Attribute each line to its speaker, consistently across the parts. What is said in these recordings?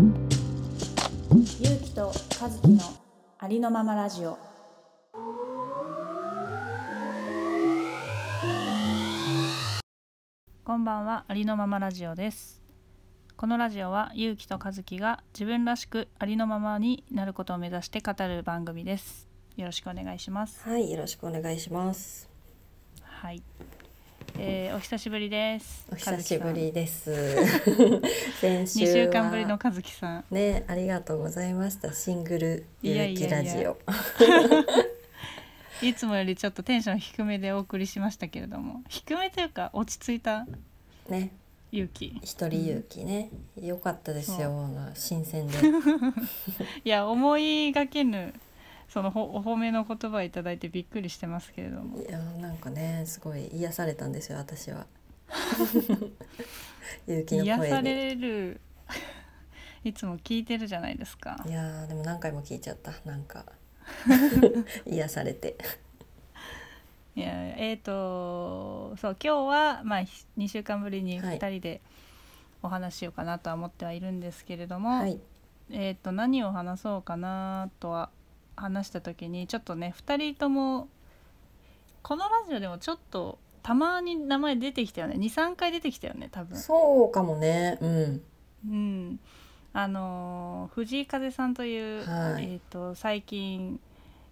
Speaker 1: ゆうきと和樹のありのままラジオこんばんはありのままラジオですこのラジオはゆうきと和樹が自分らしくありのままになることを目指して語る番組ですよろしくお願いします
Speaker 2: はい、よろしくお願いします。
Speaker 1: はい、えー、お久しぶりです
Speaker 2: お久しぶりです。 先週
Speaker 1: 二
Speaker 2: は
Speaker 1: 週間ぶりの和樹さん
Speaker 2: ね、ありがとうございました。シングル
Speaker 1: いや
Speaker 2: 勇
Speaker 1: いや
Speaker 2: 気
Speaker 1: いや
Speaker 2: ラジオ。
Speaker 1: いつもよりちょっとテンション低めでお送りしましたけれども低めというか落ち着いた
Speaker 2: ね、
Speaker 1: 勇気
Speaker 2: 一人勇気ね、良かったですよ。あの新鮮 で。
Speaker 1: いや思いがけぬそのほお褒めの言葉いただいてびっくりしてますけれども
Speaker 2: いや、なんかね、すごい癒されたんですよ。私 は。勇気の
Speaker 1: 癒
Speaker 2: 声
Speaker 1: さ
Speaker 2: に。
Speaker 1: れる いつも聞いてるじゃないですか
Speaker 2: いやーでも何回も聞いちゃったな んか癒されて
Speaker 1: いやえっ、とそう今日は、まあ、ひ2週間ぶりに
Speaker 2: はい
Speaker 1: 2人でお話ししようかなとは思ってはいるんですけれども、
Speaker 2: はい
Speaker 1: えー、と何を話そうかなとは話した時にちょっとね2人ともこのラジオでもちょっとたまに名前出てきたよね23回出てきたよね多分。
Speaker 2: そうかもねうん
Speaker 1: うん、あのー藤井風さんという、
Speaker 2: はい
Speaker 1: えー、と最近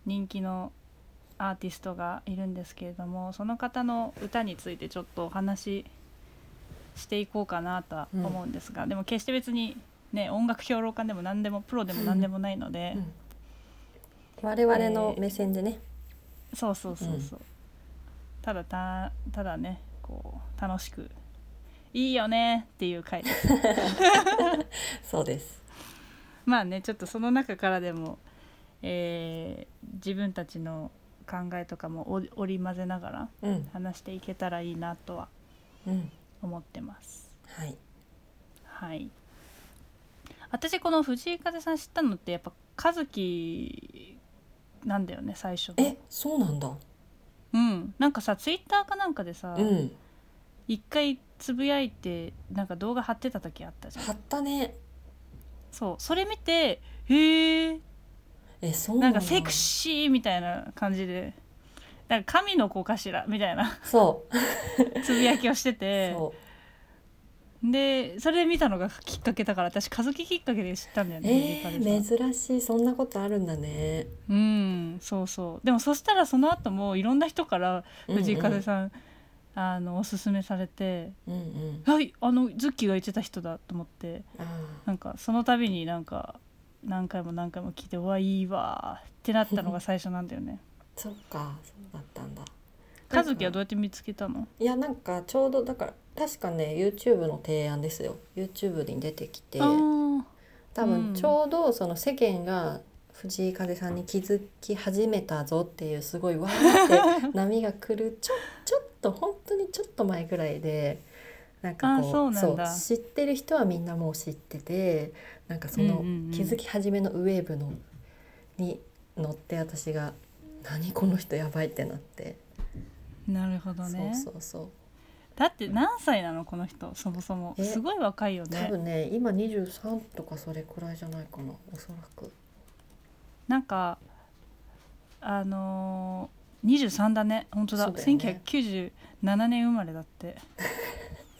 Speaker 1: 人気のアーティストがいるんですけれどもその方の歌についてちょっとお話ししていこうかなとは思うんですが、でも決して別に、ね、音楽評論家でも何でもプロでも何でもないので、
Speaker 2: うん我々の目線でね、
Speaker 1: そうそうそうそう、ただたただねこう楽しく「いいよね」っていう回です。
Speaker 2: そうです
Speaker 1: まあねちょっとその中からでも、えー自分たちの考えとかも織織り交ぜながら
Speaker 2: うん
Speaker 1: 話していけたらいいなとは
Speaker 2: うん
Speaker 1: 思ってます。
Speaker 2: はい
Speaker 1: はい私この藤井風さん知ったのってやっぱ和樹なんだよね最初
Speaker 2: えそうなんだ
Speaker 1: うんなんかさツイッターかなんかでさ
Speaker 2: うん
Speaker 1: 一、回つぶやいてなんか動画貼ってた時あったじゃん
Speaker 2: 貼ったね
Speaker 1: そうそれ見てへえ
Speaker 2: えそう
Speaker 1: な
Speaker 2: なんん
Speaker 1: か
Speaker 2: だ
Speaker 1: セクシーみたいな感じでなんか神の子かしらみたいな
Speaker 2: そう、
Speaker 1: つぶやきをしてて
Speaker 2: そ
Speaker 1: でそれで見たのがきっかけだから私和樹きっかけで知ったんだよ
Speaker 2: う
Speaker 1: ね、藤井
Speaker 2: え
Speaker 1: 風さん
Speaker 2: ー、珍しいそんなことあるんだね
Speaker 1: うんそうそうでもそしたらその後もいろんな人から藤井風
Speaker 2: ん
Speaker 1: さん、あのおすすめされて
Speaker 2: うんうん
Speaker 1: はいあのズッキーが言ってた人だと思って
Speaker 2: あ
Speaker 1: なんかその度になんか何回も何回も聞いてうわいいわーってなったのが最初なんだよ ね
Speaker 2: ーそっかそうだったんだ
Speaker 1: 和樹はどうやって見つけたの
Speaker 2: いやなんかちょうどだから確かね YouTube の提案ですよ YouTube に出てきて
Speaker 1: あー
Speaker 2: 多
Speaker 1: うん
Speaker 2: 分ちょうどその世間が藤井風さんに気づき始めたぞっていうすごいわー って波が来るちょちょっと本当にちょっと前ぐらいでなんかこ
Speaker 1: あ
Speaker 2: う
Speaker 1: そうなんだ
Speaker 2: 知ってる人はみんなもう知っててなんかそ
Speaker 1: う
Speaker 2: の
Speaker 1: んうんうん
Speaker 2: 気づき始めのウェーブのに乗って私が「何この人やばい」ってなって
Speaker 1: なるほどね
Speaker 2: そうそうそう
Speaker 1: だって何歳なのこの人そもそも
Speaker 2: え
Speaker 1: すごい若いよ
Speaker 2: 多
Speaker 1: ね
Speaker 2: 分ね今23とかそれくらいじゃないかなおそらく。
Speaker 1: なんかあのー、23だね本当だ
Speaker 2: そうだよね
Speaker 1: 1997年生まれだって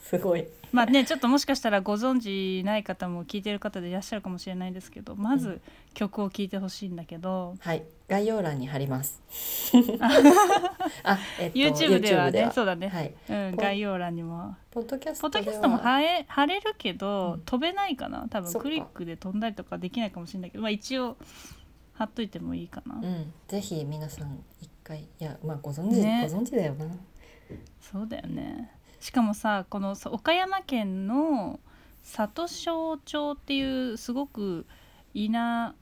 Speaker 2: すごい
Speaker 1: まあね ちょっともしかしたらご存知ない方も聞いてる方でいらっしゃるかもしれないですけどま
Speaker 2: う
Speaker 1: ず曲を聴いてほしいんだけど、
Speaker 2: はい、概要欄に貼ります。あ、えっと、
Speaker 1: YouTube ではね
Speaker 2: YouTube
Speaker 1: そうだね、
Speaker 2: はい、
Speaker 1: うん、
Speaker 2: ポ
Speaker 1: 概要欄にも
Speaker 2: ポッドキャス
Speaker 1: ポ
Speaker 2: ト
Speaker 1: ッドキャ
Speaker 2: で
Speaker 1: ストも
Speaker 2: は、
Speaker 1: 貼れ貼れるけど、
Speaker 2: うん
Speaker 1: 飛べないかな多分
Speaker 2: そっか
Speaker 1: クリックで飛んだりとかできないかもしれないけど、まあ、一応貼っといてもいいかな、
Speaker 2: うん、ぜひ皆さん一回いやまあご存知、
Speaker 1: ね
Speaker 2: ご存知だよな。
Speaker 1: そうだよねしかもさこのさ岡山県の里庄町っていうすごく田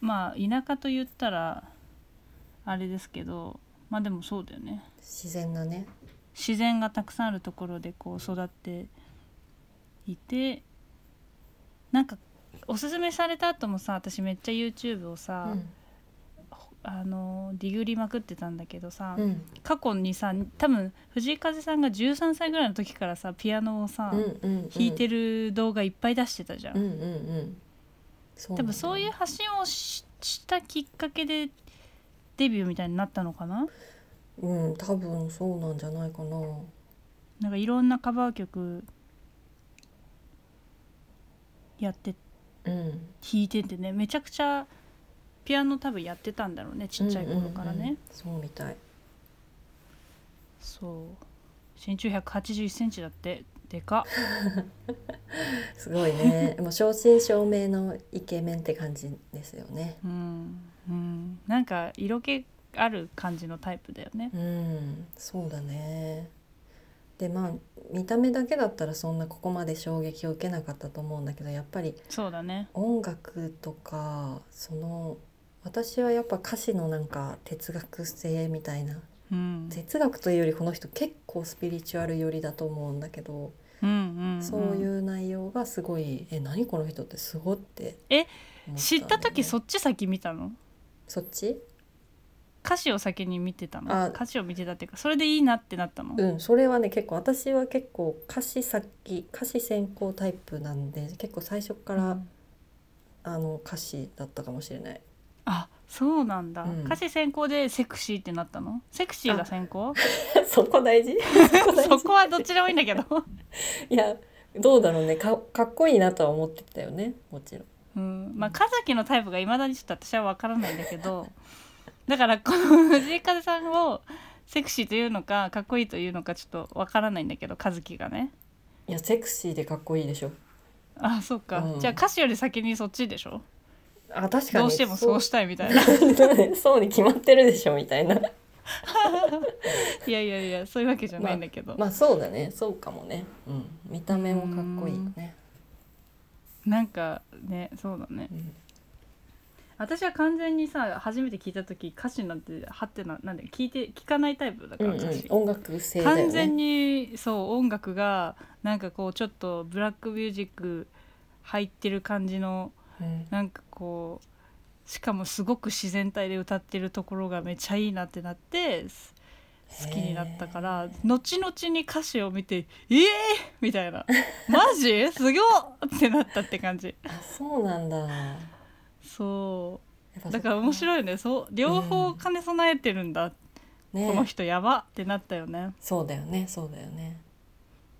Speaker 1: まあ田舎と言ったらあれですけどまあでもそうだよね
Speaker 2: 自然なね、
Speaker 1: 自然がたくさんあるところでこう育っていてなんかおすすめされた後もさ私めっちゃ YouTube をさ、
Speaker 2: うん
Speaker 1: あのディグりまくってたんだけどさ、
Speaker 2: うん
Speaker 1: 過去にさ多分藤井風さんが13歳ぐらいの時からさピアノをさ、
Speaker 2: うんうんうん
Speaker 1: 弾いてる動画いっぱい出してたじゃん、
Speaker 2: うんうんうんそう
Speaker 1: 多
Speaker 2: なんだ
Speaker 1: 分そういう発信をししたきっかけでデビューみたいになったのかな
Speaker 2: うん多分そうなんじゃないかな
Speaker 1: なんかいろんなカバー曲やって
Speaker 2: うん
Speaker 1: 弾いててねめちゃくちゃピアノ多分やってたんだろうねちっちゃい頃からね、
Speaker 2: うんうんうんそうみたい
Speaker 1: そう身長1 8 1センチだってでかっ
Speaker 2: すごいねもう正真正銘のイケメンって感じですよね
Speaker 1: うん、うん、なんか色気ある感じのタイプだよね
Speaker 2: うんそうだねでまあ見た目だけだったらそんなここまで衝撃を受けなかったと思うんだけどやっぱり
Speaker 1: そうだね
Speaker 2: 音楽とかその私はやっぱ歌詞のなんか哲学性みたいな
Speaker 1: うん
Speaker 2: 哲学というよりこの人結構スピリチュアル寄りだと思うんだけど、
Speaker 1: うんうんうん
Speaker 2: そういう内容がすごい「え何この人ってすごって
Speaker 1: え
Speaker 2: 思
Speaker 1: 知った時そ
Speaker 2: そ
Speaker 1: っち先見たの
Speaker 2: そっち
Speaker 1: 歌詞を先に見てたの
Speaker 2: あ
Speaker 1: 歌詞を見てたっていうかそれでいいなってなったの、
Speaker 2: うん、それはね結構私は結構歌詞先歌詞先行タイプなんで結構最初から、
Speaker 1: うん
Speaker 2: あの歌詞だったかもしれ ない
Speaker 1: あそうなんだ、
Speaker 2: うん
Speaker 1: 歌詞先行でセクシーってなったのセクシーが先行
Speaker 2: そこ大事 そこ 大
Speaker 1: そ
Speaker 2: 事
Speaker 1: こはどっちでもいいんだけど
Speaker 2: いやどうだろうねかかっこいいなとは思ってたよねもちろん
Speaker 1: うんまあ和樹のタイプがいまだにちょっと私は分からないんだけど だからこの 藤井風さんをセクシーというのかかっこいいというのかちょっと分からないんだけど和樹がね
Speaker 2: いやセクシーでかっこいいでしょ
Speaker 1: あそうか、
Speaker 2: うん
Speaker 1: じゃあ歌詞より先にそっちでしょ
Speaker 2: あ確かに
Speaker 1: どうしてもそうしたいみたいな
Speaker 2: そう そうに決まってるでしょみたいない
Speaker 1: やいやいやそういうわけじゃないんだけど、
Speaker 2: まあそうだねそうかもね、うん、見た目もかっこいいよね、
Speaker 1: なんかねそうだね
Speaker 2: うん
Speaker 1: 私は完全にさ初めて聞いた時歌詞なんてはってななんで聞いて聞かないタイプだか
Speaker 2: う
Speaker 1: ら
Speaker 2: んうん
Speaker 1: 歌詞、
Speaker 2: 音楽性だよね
Speaker 1: 完全にそう音楽がなんかこうちょっとブラックミュージック入ってる感じの
Speaker 2: うん
Speaker 1: なんかこうしかもすごく自然体で歌ってるところがめちゃいいなってなってす好きになったから後々に歌詞を見て「えー!」みたいな「マジすごっ!」ってなったって感じ
Speaker 2: あそうなんだや
Speaker 1: そう
Speaker 2: っぱ
Speaker 1: だから面白いよねそう両方兼ね備えてるんだ、この
Speaker 2: ね
Speaker 1: 人やばってなったよね。
Speaker 2: そうだよねそうだよね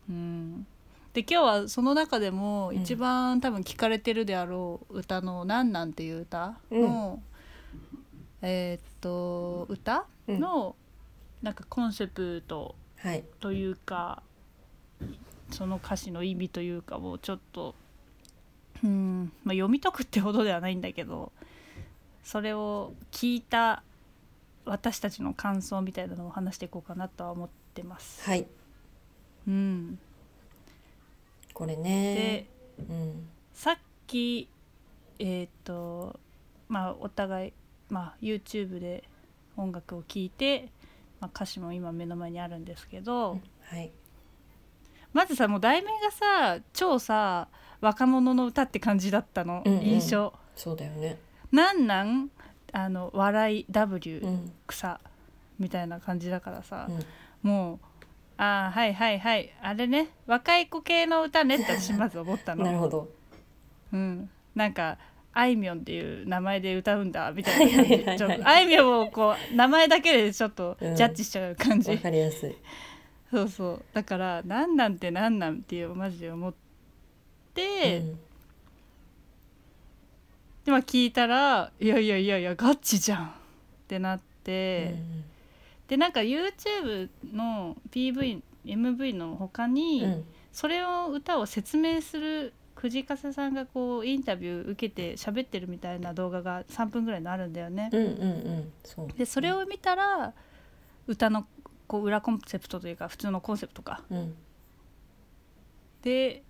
Speaker 1: うん、で今日はその中でも
Speaker 2: ん
Speaker 1: 一番、多分聞かれてるであろう歌の「なんなん」ていう歌の、えーっと歌
Speaker 2: うん
Speaker 1: の、なんかコンセプト
Speaker 2: はい
Speaker 1: というかその歌詞の意味というかをちょっと、うんまあ、読み解くってほどではないんだけどそれを聞いた私たちの感想みたいなのを話していこうかなとは思ってます。
Speaker 2: はい
Speaker 1: うん
Speaker 2: これ
Speaker 1: で
Speaker 2: ねうん
Speaker 1: さっきえっ、とまあお互い、まあ、YouTube で音楽を聴いて、まあ、歌詞も今目の前にあるんですけど、
Speaker 2: はい
Speaker 1: まずさもう題名がさ超さ若者の歌って感じだったの、
Speaker 2: うんうん
Speaker 1: 印象。
Speaker 2: そうだよね
Speaker 1: なんなんあの笑い W、
Speaker 2: うん
Speaker 1: 草みたいな感じだからさ、
Speaker 2: うん
Speaker 1: もうああはいはいはいあれね若い子系の歌ねって私まず思ったの
Speaker 2: な。るほど
Speaker 1: うん、なんかあいみょんっていう名前で歌うんだみたいな感
Speaker 2: はいは
Speaker 1: じ
Speaker 2: い
Speaker 1: ち
Speaker 2: はい
Speaker 1: ょっとあいみょんをこう名前だけでちょっとジ
Speaker 2: うん
Speaker 1: ャッジしちゃう感じ、
Speaker 2: わかりやすい
Speaker 1: そうそうだから「なんなんてなんなん」っていうマジで思って、
Speaker 2: うん
Speaker 1: でまあ聞いたら「いやいやいやいやガチじゃん」ってなって、でなんか YouTube の PVMV の他
Speaker 2: うん
Speaker 1: に、
Speaker 2: うん
Speaker 1: それを歌を説明する藤笠さんがこうインタビュー受けて喋ってるみたいな動画が3分ぐらいのあるんだよね。
Speaker 2: うんうんうんそう
Speaker 1: でそれを見たら歌のこう裏コンセプトというか普通のコンセプトか
Speaker 2: うん
Speaker 1: で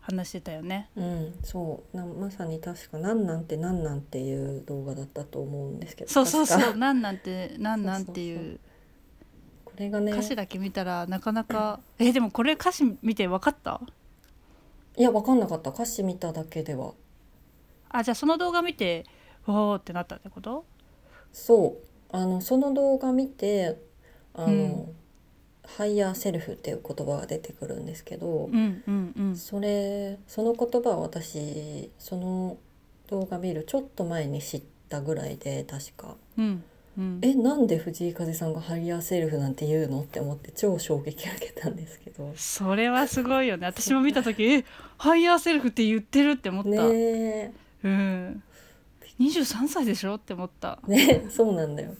Speaker 1: 話してたよね。
Speaker 2: うんそうなまさに確か「なんなんてなんなん」っていう動画だったと思うんですけど
Speaker 1: そうそう
Speaker 2: 確
Speaker 1: そ
Speaker 2: か
Speaker 1: う「なんなんてなんなん」っ
Speaker 2: そうそうそう
Speaker 1: ていう
Speaker 2: これがね
Speaker 1: 歌詞だけ見たらなかなかえでもこれ歌詞見て分かった
Speaker 2: いいや分かんなかった歌詞見ただけでは
Speaker 1: あじゃあその動画見ておおってなったってこと
Speaker 2: そうあのその動画見てあの、
Speaker 1: うん
Speaker 2: ハイヤーセルフっていう言葉が出てくるんですけど、
Speaker 1: うんうんうん
Speaker 2: それその言葉を私その動画見るちょっと前に知ったぐらいで確か
Speaker 1: うんうん
Speaker 2: えなんで藤井風さんがハイヤーセルフなんて言うのって思って超衝撃を受けたんですけど
Speaker 1: それはすごいよね私も見た時えハイヤーセルフって言ってるって思った、
Speaker 2: ね
Speaker 1: うん23歳でしょって思った
Speaker 2: え ねそうなんだよ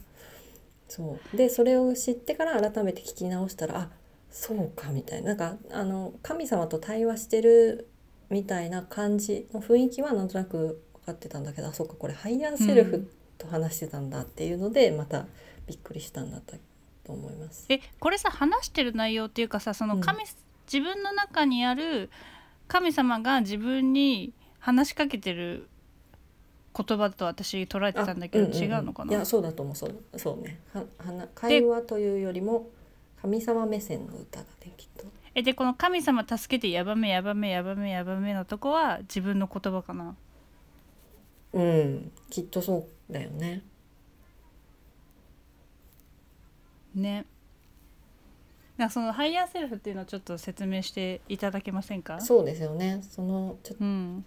Speaker 2: そうでそれを知ってから改めて聞き直したらあそうかみたいななんかあの神様と対話してるみたいな感じの雰囲気はなんとなく分かってたんだけどあそうかこれハイヤーセル
Speaker 1: うん
Speaker 2: フと話してたんだっていうので、またびっくりしたんだったと思います。
Speaker 1: えこれさ話してる内容っていうかさその神、自分の中にある神様が自分に話しかけてる言葉だと私捉えてたんだけど、
Speaker 2: あんんん
Speaker 1: 違うのかない
Speaker 2: やそうだと思うそうそうねははな会話というよりも神様目線の歌だねきっと
Speaker 1: えでこの「神様助けてやばめやばめやばめやばめ」のとこは自分の言葉かな
Speaker 2: うんきっとそうだよね
Speaker 1: ねなんかそのハイヤーセルフっていうのをちょっと説明していただけませんか
Speaker 2: そうですよねそのちょ
Speaker 1: うん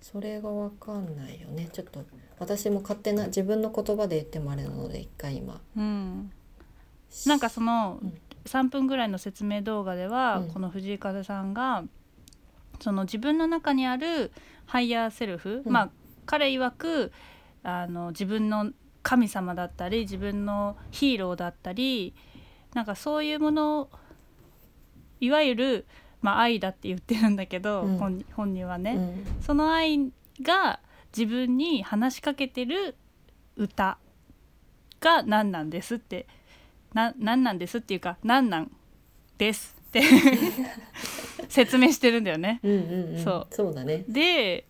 Speaker 2: それがわかんないよねちょっと私も勝手な自分の言葉で言ってもあれなので一回今
Speaker 1: うんなんかその
Speaker 2: うん
Speaker 1: 3分ぐらいの説明動画では、
Speaker 2: うん
Speaker 1: この藤井風さんがその自分の中にあるハイヤーセルフ、
Speaker 2: うん
Speaker 1: まあ彼曰くあの自分の神様だったり自分のヒーローだったりなんかそういうものをいわゆる、まあ、愛だって言ってるんだけど、
Speaker 2: うん
Speaker 1: 本本人はね、
Speaker 2: うん
Speaker 1: その愛が自分に話しかけてる歌が何なんですってな何なんですっていうか何なんですって 説明してるんだよね。
Speaker 2: うんうんうん
Speaker 1: そう
Speaker 2: そうだね
Speaker 1: で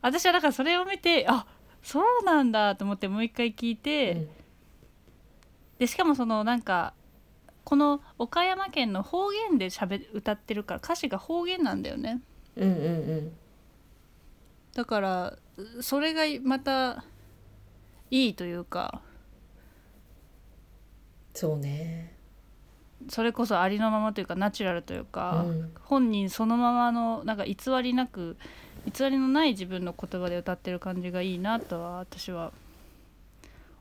Speaker 1: 私はだからそれを見てあそうなんだと思ってもう一回聞いて、
Speaker 2: うん
Speaker 1: でしかもそのなんかこの岡山県の方言で喋歌ってるから歌詞が方言なんだよね。
Speaker 2: うんうん
Speaker 1: だからそれがまたいいというか
Speaker 2: そうね
Speaker 1: それこそありのままというかナチュラルというか、
Speaker 2: うん
Speaker 1: 本人そのままのなんか偽りなく偽りのない自分の言葉で歌ってる感じがいいなとは私は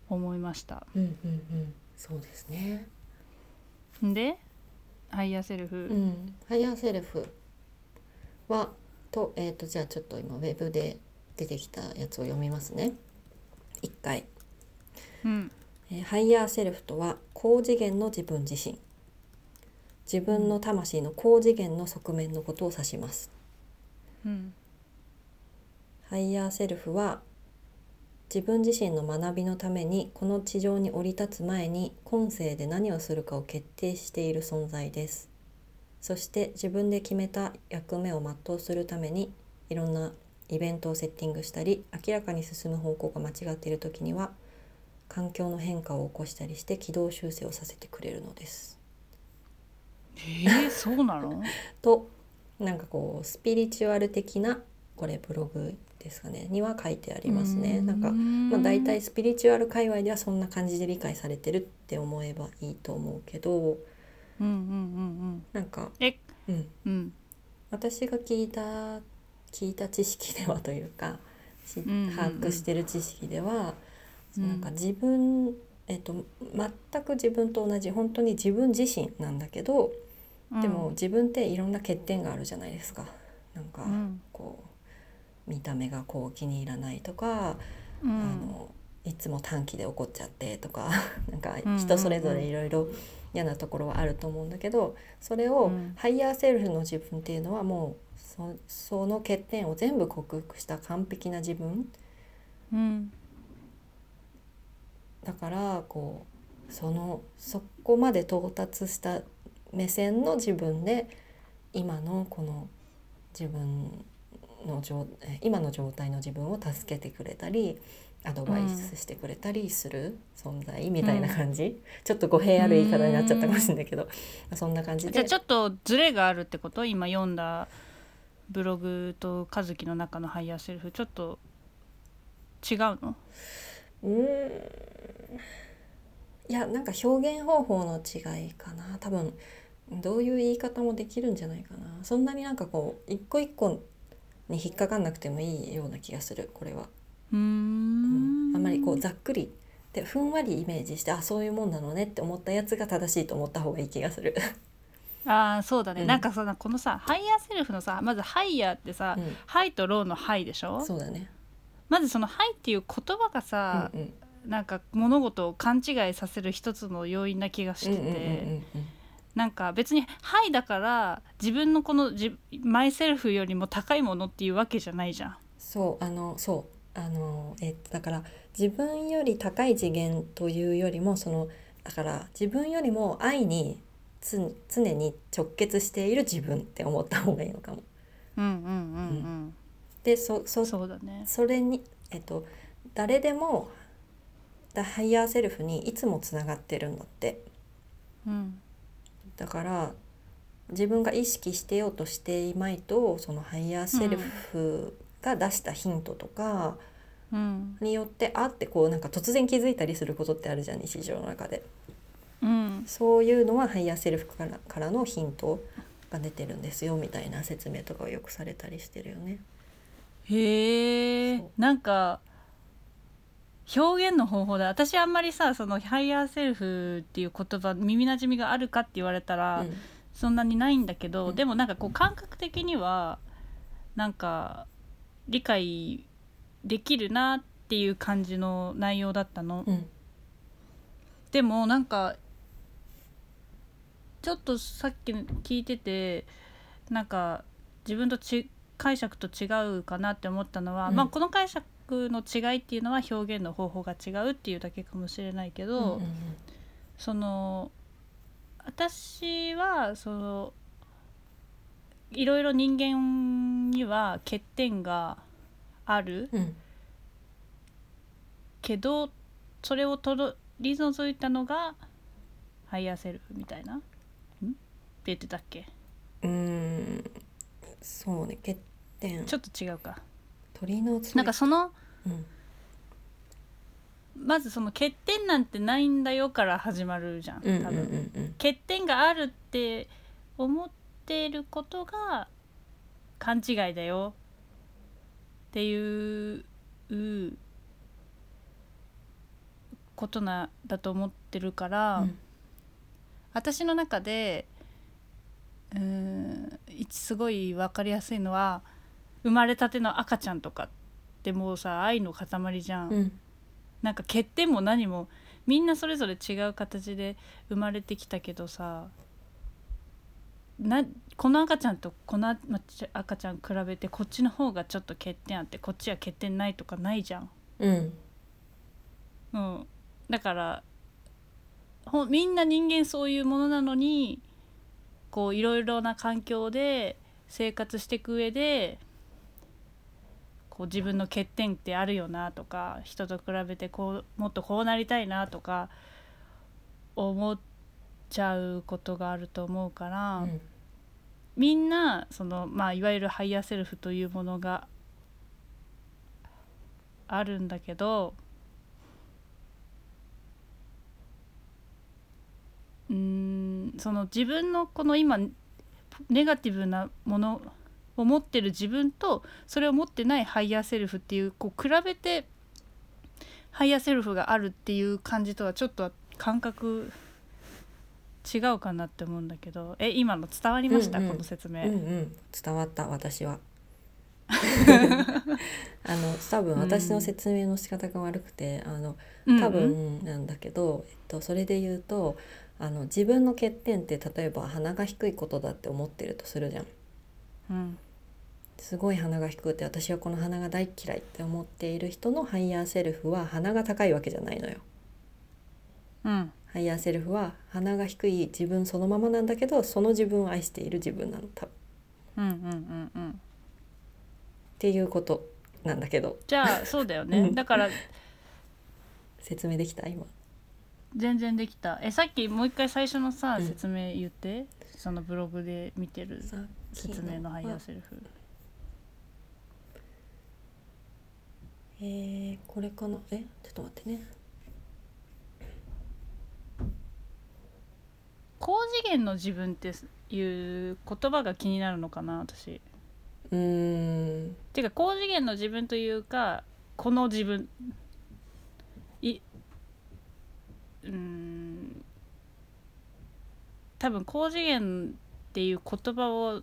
Speaker 1: 思いました。
Speaker 2: うんうんうんそうですね
Speaker 1: で「ハイヤーセルフ」
Speaker 2: うん、ハイヤーセルフはと,、えー、とじゃあちょっと今ウェブで出てきたやつを読みますね一回、
Speaker 1: うん
Speaker 2: えーハイヤーセルフとは高次元の自分自身自分の魂の高次元の側面のことを指します
Speaker 1: うん
Speaker 2: ハイヤーセルフは自分自身の学びのためにこの地上に降り立つ前に今世で何をするかを決定している存在です。そして自分で決めた役目を全うするためにいろんなイベントをセッティングしたり明らかに進む方向が間違っている時には環境の変化を起こしたりして軌道修正をさせてくれるのです。
Speaker 1: えー、 そうなの
Speaker 2: となんかこうスピリチュアル的なこれブログですかねには書いてありますね。なんかまあ、大体スピリチュアル界隈ではそんな感じで理解されてるって思えばいいと思うけど
Speaker 1: うんうんうんうん
Speaker 2: なんか、
Speaker 1: え
Speaker 2: うん、
Speaker 1: うん
Speaker 2: 私が聞いた聞いた知識ではというかし
Speaker 1: んうんうん
Speaker 2: 把握してる知識では、
Speaker 1: うん
Speaker 2: なんか自分、えっと全く自分と同じ本当に自分自身なんだけどでも自分っていろんな欠点があるじゃないですか。なんか、
Speaker 1: うん
Speaker 2: こう見た目がこう気に入らないとか
Speaker 1: うん
Speaker 2: あのいつも短期で怒っちゃってとか なんか
Speaker 1: うんうん
Speaker 2: 人それぞれいろいろ嫌なところはあると思うんだけどそれを
Speaker 1: うん
Speaker 2: ハイヤーセルフの自分っていうのはもうそその欠点を全部克服した完璧な自分
Speaker 1: うん
Speaker 2: だからこうそのそこまで到達した目線の自分で今のこの自分の状え今の状態の自分を助けてくれたりアドバイスしてくれたりする存在みたいな感じ、ちょっと語弊ある言い方になっちゃったかもしれないけど、そんな感じ
Speaker 1: じゃあ
Speaker 2: で
Speaker 1: ちょっとズレがあるってこと今読んだブログと和樹の中のハイヤーセルフちょっと違うの
Speaker 2: うーんいやなんか表現方法の違いかな多分どういう言い方もできるんじゃないかなそんなになんかこう一個一個に引っかかんなくてもいいような気がするこれは、
Speaker 1: うーん
Speaker 2: あんまりこうざっくりでふんわりイメージしてあそういうもんなのねって思ったやつが正しいと思った方がいい気がする。
Speaker 1: あーそうだね、
Speaker 2: うん
Speaker 1: なんかさこのさハイヤーセルフのさまずハイヤーってさ、
Speaker 2: う
Speaker 1: ハイとローのハイでしょ
Speaker 2: ん、そうだね、
Speaker 1: まずその「はい」っていう言葉がさ、
Speaker 2: うんうん
Speaker 1: なんか物事を勘違いさせる一つの要因な気がしてて、
Speaker 2: うんうんうんうん
Speaker 1: なんか別に「はい」だから自分のこのじマイセルフよりも高いものっていうわけじゃないじゃん。
Speaker 2: そうあのそうあのえっとだから自分より高い次元というよりもそのだから自分よりも愛につ常に直結している自分って思った方がいいのかも。
Speaker 1: うんうんうん
Speaker 2: でそ
Speaker 1: うん、
Speaker 2: そ
Speaker 1: そうだね。
Speaker 2: それにえっと誰でもだハイヤーセルフにいつもつながってるんだって。
Speaker 1: うん
Speaker 2: だから自分が意識してようとしていまいとそのハイヤーセルフが出したヒントとか、
Speaker 1: うん
Speaker 2: によってあってこうなんか突然気づいたりすることってあるじゃん日常の中で
Speaker 1: うん、
Speaker 2: そういうのはハイヤーセルフからからのヒントが出てるんですよみたいな説明とかをよくされたりしてるよね。
Speaker 1: へえ
Speaker 2: そ
Speaker 1: なんか表現の方法で私あんまりさそのハイヤーセルフっていう言葉耳なじみがあるかって言われたら、
Speaker 2: うん
Speaker 1: そんなにないんだけど、
Speaker 2: うん
Speaker 1: でもなんかこう感覚的にはなんか理解できるなっていう感じの内容だったの、
Speaker 2: うん
Speaker 1: でもなんかちょっとさっき聞いててなんか自分とち解釈と違うかなって思ったのは、
Speaker 2: うん
Speaker 1: まあこの解釈の違いっていうのは表現の方法が違うっていうだけかもしれないけど、
Speaker 2: うんうん
Speaker 1: その私はそのいろいろ人間には欠点がある
Speaker 2: うん
Speaker 1: けどそれを取り除いたのがハイヤーセルフみたいな。んって言ってたっけ
Speaker 2: うーんそうね欠点
Speaker 1: ちょっと違うか。
Speaker 2: 鳥の爪
Speaker 1: なんかその
Speaker 2: うん
Speaker 1: まずその欠点なんてないんだよから始まるじゃん多
Speaker 2: うん
Speaker 1: 分。
Speaker 2: うんうんうん
Speaker 1: 欠点があるって思ってることが勘違いだよっていううことなだと思ってるから、
Speaker 2: うん
Speaker 1: 私の中でうーん一すごい分かりやすいのは生まれたての赤ちゃんとかってもうさ愛の塊じゃん。
Speaker 2: うん
Speaker 1: なんか欠点も何もみんなそれぞれ違う形で生まれてきたけどさなこの赤ちゃんとこのあまち赤ちゃん比べてこっちの方がちょっと欠点あってこっちは欠点ないとかないじゃん。
Speaker 2: うん
Speaker 1: うん、だからほんみんな人間そういうものなのにこういろいろな環境で生活していく上でこう自分の欠点ってあるよなとか人と比べてこうもっとこうなりたいなとか思っちゃうことがあると思うから、
Speaker 2: うん
Speaker 1: みんなその、まあ、いわゆるハイヤーセルフというものがあるんだけどうーんその自分のこの今ネガティブなものを持ってる自分とそれを持ってないハイヤーセルフっていうこう比べてハイヤーセルフがあるっていう感じとはちょっと感覚違うかなって思うんだけどえ今の伝わりました、
Speaker 2: うんうん
Speaker 1: この説明。
Speaker 2: うんうん伝わった私はあの多分私の説明の仕方が悪くて、あの多分なんだけど、えっと、それで言うとあの自分の欠点って例えば鼻が低いことだって思ってるとするじゃん。
Speaker 1: うん
Speaker 2: すごい鼻が低くて私はこの鼻が大嫌いって思っている人のハイヤーセルフは鼻が高いわけじゃないのよ。
Speaker 1: うん
Speaker 2: ハイヤーセルフは鼻が低い自分そのままなんだけどその自分を愛している自分なの多分
Speaker 1: うん
Speaker 2: っ
Speaker 1: うんうんうん
Speaker 2: ていうことなんだけど
Speaker 1: じゃあそうだよね、
Speaker 2: うん
Speaker 1: だから
Speaker 2: 説明できた今。
Speaker 1: 全然できたえさっきもう一回最初のさ、
Speaker 2: うん
Speaker 1: 説明言ってそのブログで見てる
Speaker 2: さっき
Speaker 1: 説明のハイヤー
Speaker 2: は
Speaker 1: セルフ
Speaker 2: えー、これかなえちょっと待ってね
Speaker 1: 高次元の自分っていう言葉が気になるのかな私
Speaker 2: うーん
Speaker 1: ていうか高次元の自分というかこの自分いうーん多分高次元っていう言葉を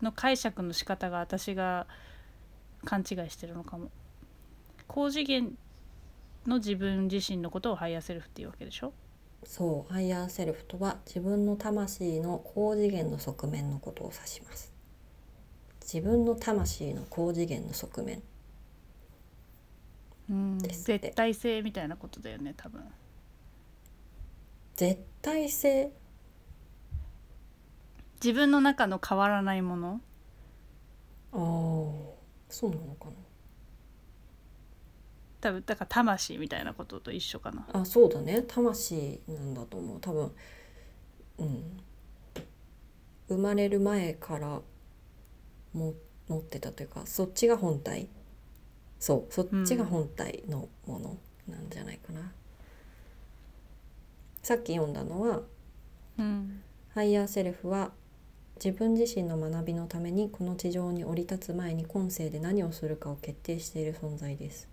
Speaker 1: の解釈の仕方が私が勘違いしてるのかも高次元の自分自身のことをハイヤーセルフっていうわけでしょ
Speaker 2: そうハイヤーセルフとは自分の魂の高次元の側面のことを指します自分の魂の高次元の側面
Speaker 1: うん
Speaker 2: ですって
Speaker 1: 絶対性みたいなことだよね多分
Speaker 2: 絶対性
Speaker 1: 自分の中の変わらないもの
Speaker 2: あーそうなのか
Speaker 1: 多分だから魂みたいなことと一緒かな
Speaker 2: なあそうだね魂なんだと思う多分うん生まれる前からも持ってたというかそっちが本体そうそっちが本体のものなんじゃないかな、さっき読んだのは
Speaker 1: うん
Speaker 2: ハイヤーセルフは自分自身の学びのためにこの地上に降り立つ前に今世で何をするかを決定している存在です。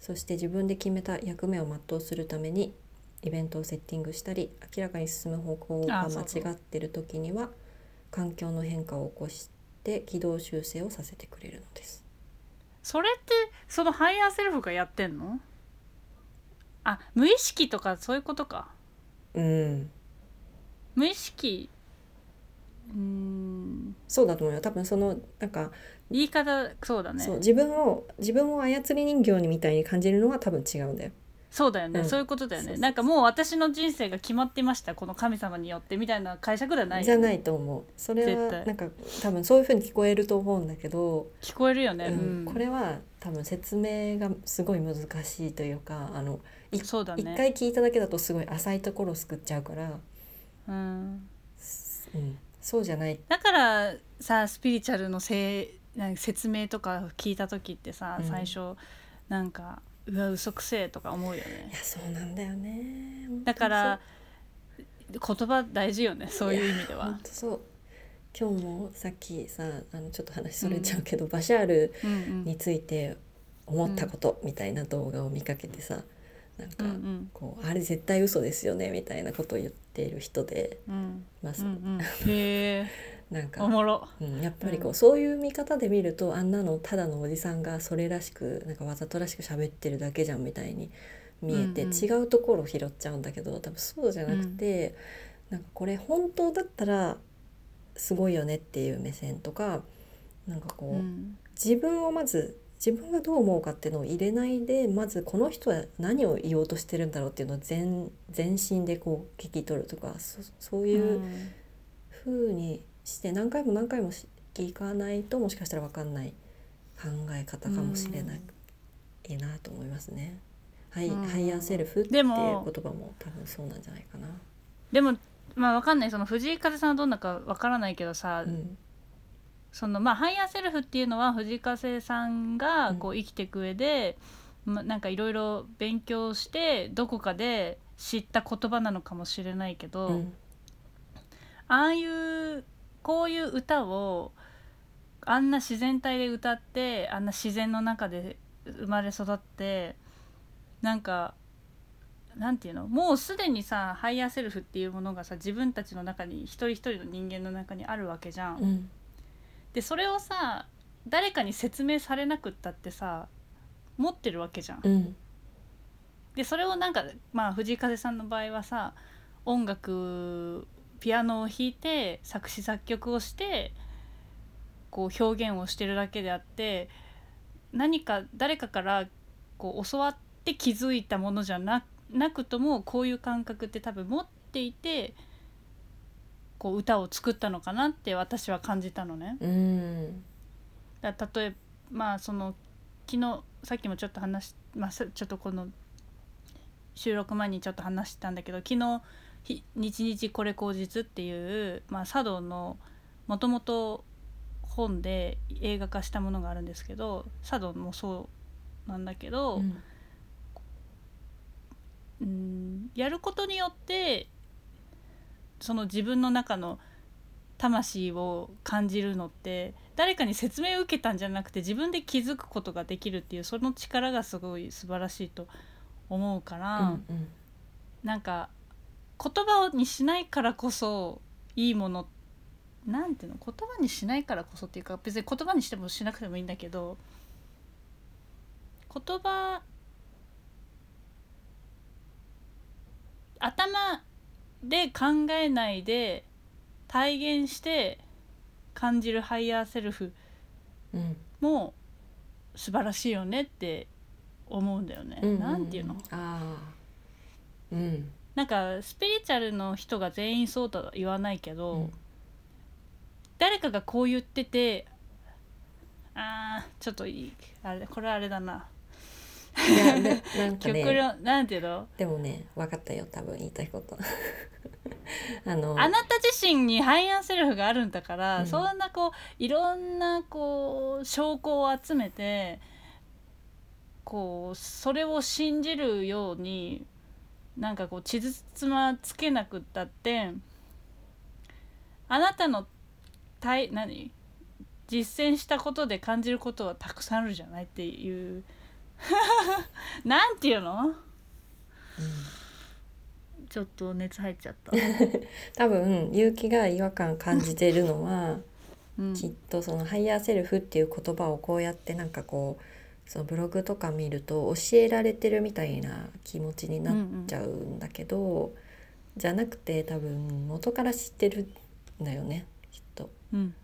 Speaker 2: そして自分で決めた役目を全うするためにイベントをセッティングしたり明らかに進む方向が
Speaker 1: あそ
Speaker 2: 間
Speaker 1: うそう
Speaker 2: 違っている時には環境の変化を起こして軌道修正をさせてくれるのです。
Speaker 1: それってそのハイヤーセルフがやってんのあ無意識とかそういうことか
Speaker 2: うん、
Speaker 1: 無意識うーん
Speaker 2: そうだと思うよ多分そのなんか、
Speaker 1: 言い方そうだね
Speaker 2: そ
Speaker 1: そうう
Speaker 2: 自分を自分を操り人形にみたいに感じるのは多分違うんだよ。
Speaker 1: だよね、
Speaker 2: うん
Speaker 1: そういうことだよね
Speaker 2: そうそうそう
Speaker 1: なんかもう私の人生が決まってましたこの神様によってみたいな解釈ではない
Speaker 2: じゃないと思うそれ
Speaker 1: 絶
Speaker 2: は
Speaker 1: 対
Speaker 2: なんか多分そういう風に聞こえると思うんだけど、
Speaker 1: 聞こえるよね、
Speaker 2: う
Speaker 1: うんん、
Speaker 2: これは多分説明がすごい難しいというかあのい
Speaker 1: そうだ
Speaker 2: 一、
Speaker 1: ね
Speaker 2: 回聞いただけだとすごい浅いところをすくっちゃうから、
Speaker 1: うん
Speaker 2: すうん、そうじゃない
Speaker 1: だからさスピリチュアルのせいなんか説明とか聞いた時ってさ、
Speaker 2: うん
Speaker 1: 最初なんかうわ嘘くせえとか思うよ
Speaker 2: い
Speaker 1: ね
Speaker 2: やそうなんだよね
Speaker 1: だから言葉大事よねそういう意味で
Speaker 2: 本当そう本
Speaker 1: は。
Speaker 2: 当そう今日もさっきさあのちょっと話それちゃうけど、バシャール
Speaker 1: うん
Speaker 2: について思ったことみたいな動画を見かけてさなん
Speaker 1: う
Speaker 2: か、
Speaker 1: んうん
Speaker 2: こうあれ絶対嘘ですよねみたいなことを言っている人で
Speaker 1: うん
Speaker 2: ます、
Speaker 1: うんうんへえ
Speaker 2: なんか
Speaker 1: お、もろ。
Speaker 2: うん、やっぱりこう、
Speaker 1: うん
Speaker 2: そういう見方で見るとあんなのただのおじさんがそれらしくなんかわざとらしく喋ってるだけじゃんみたいに見えて、
Speaker 1: うんうん
Speaker 2: 違うところを拾っちゃうんだけど多分そうじゃなくて、なんかこれ本当だったらすごいよねっていう目線とかなんかこ
Speaker 1: う
Speaker 2: う、
Speaker 1: ん
Speaker 2: 自分をまず自分がどう思うかっていうのを入れないでまずこの人は何を言おうとしてるんだろうっていうのを全全身でこう聞き取るとかそそういうう風にして何回も何回もし聞かないともしかしたら分かんない考え方かもしれない,、いいなと思いますね。はい、
Speaker 1: うん
Speaker 2: ハイヤーセルフっていう
Speaker 1: で
Speaker 2: 言
Speaker 1: も
Speaker 2: 葉も多分そうなんじゃないかな。
Speaker 1: でもまあわかんないその藤井風さんはどんなかわからないけどさ、
Speaker 2: うん
Speaker 1: そのまあハイヤーセルフっていうのは藤井風さんがこう生きていく上で、まなんかいろいろ勉強してどこかで知った言葉なのかもしれないけど、
Speaker 2: うん
Speaker 1: ああいうこういう歌をあんな自然体で歌ってあんな自然の中で生まれ育ってなんかなんていうのもうすでにさハイヤーセルフっていうものがさ自分たちの中に一人一人の人間の中にあるわけじゃん。
Speaker 2: うん
Speaker 1: でそれをさ誰かに説明されなくったってさ持ってるわけじゃん。
Speaker 2: うん
Speaker 1: でそれをなんか、まあ、藤井風さんの場合はさ音楽ピアノを弾いて作詞作曲をしてこう表現をしてるだけであって何か誰かからこう教わって気づいたものじゃななくともこういう感覚って多分持っていてこう歌を作ったのかなって私は感じたのね。
Speaker 2: うん
Speaker 1: だ例えばまあその昨日さっきもちょっと話し、まあ、さちょっとこの収録前にちょっと話したんだけど昨日ひ「日日これ口実」っていう、まあ、茶道のもともと本で映画化したものがあるんですけど茶道もそなんだけど、
Speaker 2: うん
Speaker 1: うんやることによってその自分の中の魂を感じるのって誰かに説明を受けたんじゃなくて自分で気づくことができるっていうその力がすごい素晴らしいと思うから、
Speaker 2: うん
Speaker 1: なんか言葉にしないからこそいいものなんていうの言葉にしないからこそっていうか別に言葉にしてもしなくてもいいんだけど言葉頭で考えないで体現して感じるハイヤーセルフ
Speaker 2: うん
Speaker 1: も素晴らしいよねって思うんだよね。
Speaker 2: うん、
Speaker 1: なんていうの
Speaker 2: ああうん
Speaker 1: なんかスピリチュアルの人が全員そうとは言わないけど、
Speaker 2: うん
Speaker 1: 誰かがこう言っててあーちょっといいあれこれあれだな、
Speaker 2: いやななんか
Speaker 1: 極
Speaker 2: ね
Speaker 1: 論なんていうの、
Speaker 2: でもね分かったよ多分言いたいこと あの
Speaker 1: あなた自身にハイアンセルフがあるんだから、
Speaker 2: うん
Speaker 1: そんなこういろんなこう証拠を集めてこうそれを信じるようになんかこう地図つまつけなくったってあなたの体何実践したことで感じることはたくさんあるじゃないっていう なんていうのちょっと熱入っちゃった。
Speaker 2: 多分結城が違和感感じてるのは
Speaker 1: うん
Speaker 2: きっとそのハイヤーセルフっていう言葉をこうやってなんかこうそのブログとか見ると教えられてるみたいな気持ちになっちゃうんだけど、じゃなくて多分元から知ってるんだよねきっと
Speaker 1: うん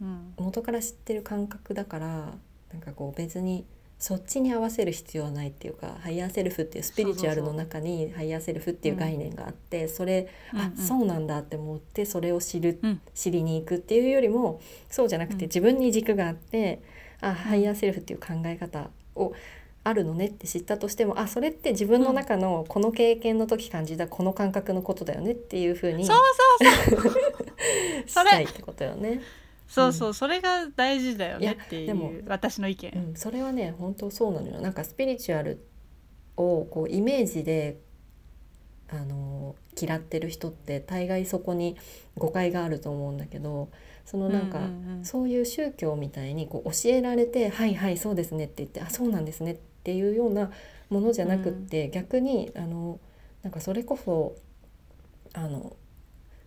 Speaker 1: うん
Speaker 2: 元から知ってる感覚だからなんかこう別にそっちに合わせる必要はないっていうかハイヤーセルフっていうスピリチュアルの中にハイヤーセルフっていう概念があってそれあそうなんだって思ってそれを知る、
Speaker 1: うん
Speaker 2: 知りに行くっていうよりもそうじゃなく
Speaker 1: うん
Speaker 2: て自分に軸があって、あハイヤーセルフっていう考え方をあるのねって知ったとしてもあそれって自分の中のこの経験の時感じたこの感覚のことだよねっていうふうに
Speaker 1: そうそうそう
Speaker 2: したいってことよね。
Speaker 1: そうそう、それが大事だよねって
Speaker 2: い
Speaker 1: い
Speaker 2: やでも
Speaker 1: う私の意見。
Speaker 2: うん、それはね本当そうなのよなんかスピリチュアルをこうイメージであの嫌ってる人って大概そこに誤解があると思うんだけどそのなんか、
Speaker 1: ううんうん
Speaker 2: そういう宗教みたいにこう教えられて「はいはいそうですね」って言って「あそうなんですね」っていうようなものじゃなくって、逆にあのなんかそれこそあの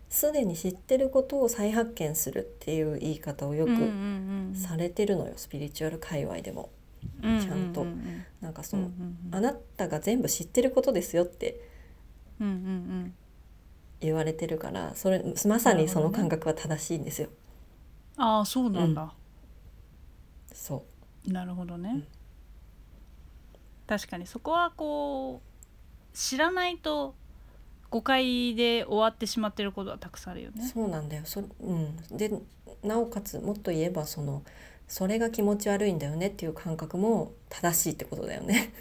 Speaker 2: すでに知ってることを再発見するっていう言い方をよ
Speaker 1: うんうん
Speaker 2: く
Speaker 1: うん
Speaker 2: されてるのよ、スピリチュアル界隈でも。ちゃんと
Speaker 1: うううん
Speaker 2: なんかそう、
Speaker 1: うんうんうん
Speaker 2: あなたが全部知ってることですよって
Speaker 1: うんうん
Speaker 2: 言われてるからそれまさにその感覚は正しいんですよ。
Speaker 1: うんああそうなんだ、
Speaker 2: そ
Speaker 1: なるほどね、
Speaker 2: うん
Speaker 1: 確かにそこはこう知らないと誤解で終わってしまってることはたくさんあるよ
Speaker 2: う、
Speaker 1: ね。
Speaker 2: そうなんだよ。そうん、でなおかつもっと言えばそのそれが気持ち悪いんだよねっていう感覚も正しいってことだよね。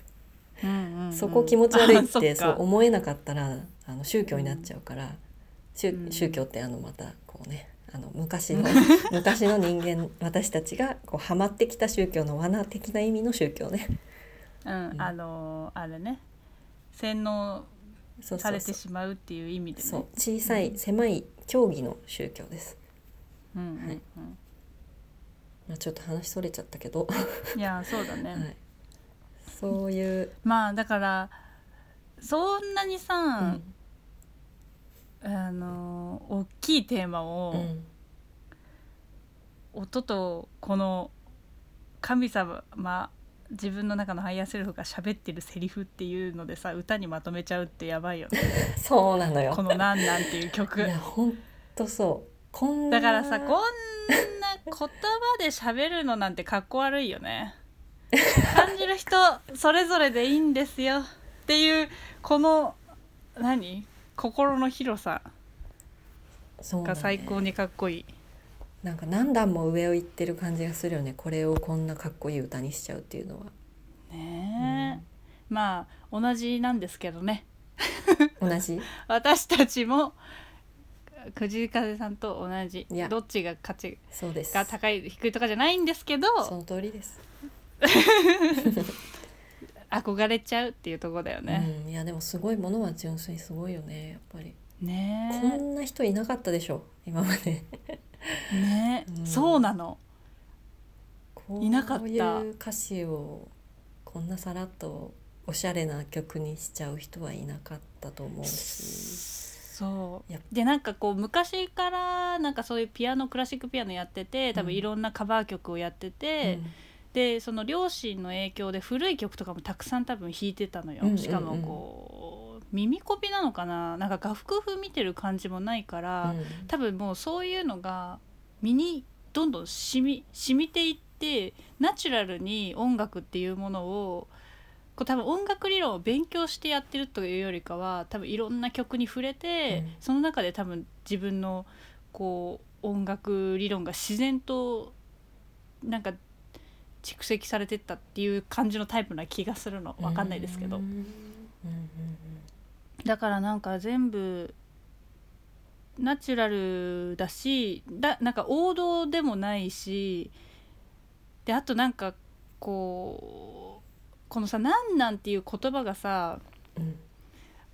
Speaker 1: うんうんうん
Speaker 2: そこ気持ち悪いっ
Speaker 1: あ
Speaker 2: て
Speaker 1: そ
Speaker 2: そう
Speaker 1: っか
Speaker 2: 思えなかったらあの宗教になっちゃうから、宗
Speaker 1: うん
Speaker 2: 宗教ってあのまたこうねあの昔の 昔の人間私たちがこうハマってきた宗教の罠的な意味の宗教ね。
Speaker 1: うん、あのーあれね洗脳
Speaker 2: そうそうそう
Speaker 1: されてしまうっていう意味でね。
Speaker 2: そう小さい狭い教義の宗教です。
Speaker 1: うんうんうん
Speaker 2: まあ、ちょっと話それちゃったけど、
Speaker 1: いやそうだ ね、
Speaker 2: はい、そういう、
Speaker 1: まあだからそんなに
Speaker 2: う
Speaker 1: さ、
Speaker 2: ん
Speaker 1: あの大きいテーマ
Speaker 2: う
Speaker 1: を、
Speaker 2: ん
Speaker 1: 音とこの神様、自分の中のハイヤーセルフが喋ってるセリフっていうのでさ歌にまとめちゃうってやばいよ ね
Speaker 2: そうなのよ。
Speaker 1: この「なんなん」っていう
Speaker 2: い
Speaker 1: 曲
Speaker 2: や本当そう。こんな
Speaker 1: だからさこんな言葉で喋るのなんてかっこ悪いよね感じる人それぞれでいいんですよっていうこの何心の広さ
Speaker 2: そうな
Speaker 1: が
Speaker 2: のね
Speaker 1: 最高にかっこいい。
Speaker 2: なんか何段も上を行ってる感じがするよね。これをこんなかっこいい歌にしちゃうっていうのは。
Speaker 1: ねえ、まあ同じなんですけどね
Speaker 2: 同 じ。
Speaker 1: 私たちもくじかぜさんと同じ
Speaker 2: いや
Speaker 1: どっちが価値
Speaker 2: そうです。
Speaker 1: が高い低いとかじゃないんですけど
Speaker 2: その通りです。
Speaker 1: 憧れちゃうっていうところだよね。
Speaker 2: うん、いやでもすごいものは純粋にすごいよねやっぱり、こ
Speaker 1: ね
Speaker 2: んな人いなかったでしょ今まで
Speaker 1: えねえ、
Speaker 2: うん
Speaker 1: そうなの。
Speaker 2: こう
Speaker 1: いなかった
Speaker 2: いう歌詞をこんなさらっとおしゃれな曲にしちゃう人はいなかったと思うし
Speaker 1: そ
Speaker 2: やっ
Speaker 1: うでなんかこう昔からなんかそういうピアノクラシックピアノやってて多分
Speaker 2: うん
Speaker 1: いろんなカバー曲をやってて、
Speaker 2: うん
Speaker 1: でその両親の影響で古い曲とかもたくさん多分弾いてたのよ、
Speaker 2: うんうんうん
Speaker 1: しかもこう耳コピなのかななんか楽譜見てる感じもないから、
Speaker 2: うん
Speaker 1: 多分もうそういうのが身にどんどんしみ染みていってナチュラルに音楽っていうものをこう多分音楽理論を勉強してやってるというよりかは多分いろんな曲に触れて、
Speaker 2: うん
Speaker 1: その中で多分自分のこう音楽理論が自然となんか蓄積されてったっていう感じのタイプな気がするのわかんないですけど
Speaker 2: うんう。ん
Speaker 1: だからなんか全部ナチュラルだしだなんか王道でもないしであとなんかこうこのさ「なんなん」っていう言葉がさ
Speaker 2: うんうん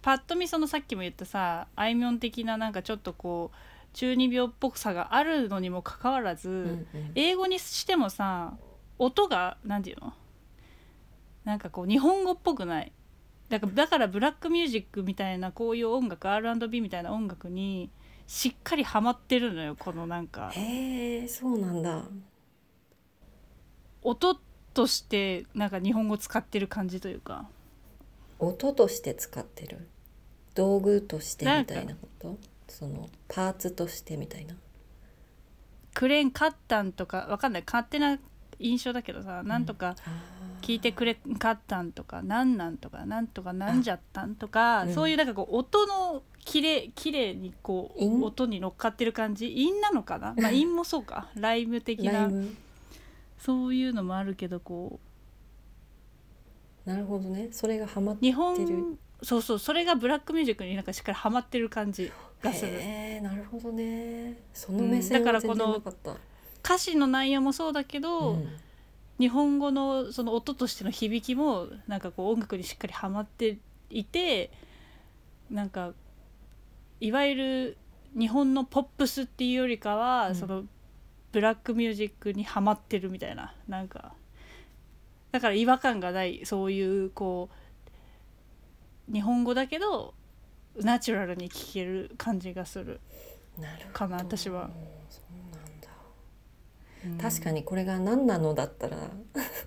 Speaker 1: パッと見そのさっきも言ったさあいみょん的ななんかちょっとこう中二病っぽさがあるのにもかかわらず、
Speaker 2: うんうんうん
Speaker 1: 英語にしてもさ音が何て言うのなんかこう日本語っぽくないだからだからブラックミュージックみたいなこういう音楽 R&B みたいな音楽にしっかりハマってるのよこのなんか
Speaker 2: へえそうなんだ
Speaker 1: 音としてなんか日本語使ってる感じというか
Speaker 2: 音として使ってる道具としてみたいなことそのパーツとしてみたいな
Speaker 1: クレーンカッタンとかわかんない勝手な印象だけどさ、なんとか聞いてくれんかったんとかなんなんとかなんとかなんじゃったんとか、
Speaker 2: うん
Speaker 1: そういうなんかこう音のきれいきれいにこ
Speaker 2: 韻
Speaker 1: う音に乗っかってる感じ韻なのかな、まあ、韻もそうかライム的
Speaker 2: ライ
Speaker 1: な
Speaker 2: ブ
Speaker 1: そういうのもあるけどこ
Speaker 2: なるほどねそれがハマっ
Speaker 1: う日本
Speaker 2: てる
Speaker 1: そうそうそれがブラックミュージックになんかしっかりハマってる感じがする
Speaker 2: へえなるほどねその目線
Speaker 1: うんだから
Speaker 2: は全
Speaker 1: こ
Speaker 2: 然
Speaker 1: の
Speaker 2: なかった、
Speaker 1: 歌詞の内容もそうだけ
Speaker 2: う
Speaker 1: ど、
Speaker 2: ん
Speaker 1: 日本語のその音としての響きもなんかこう音楽にしっかりはまっていてなんかいわゆる日本のポップスっていうよりかは、
Speaker 2: うん
Speaker 1: そのブラックミュージックにはまってるみたいななんかだから違和感がないそういうこう日本語だけどナチュラルに聴ける感じがする
Speaker 2: なるほど
Speaker 1: かな私は
Speaker 2: そうなんだ確かにこれが何なのだったら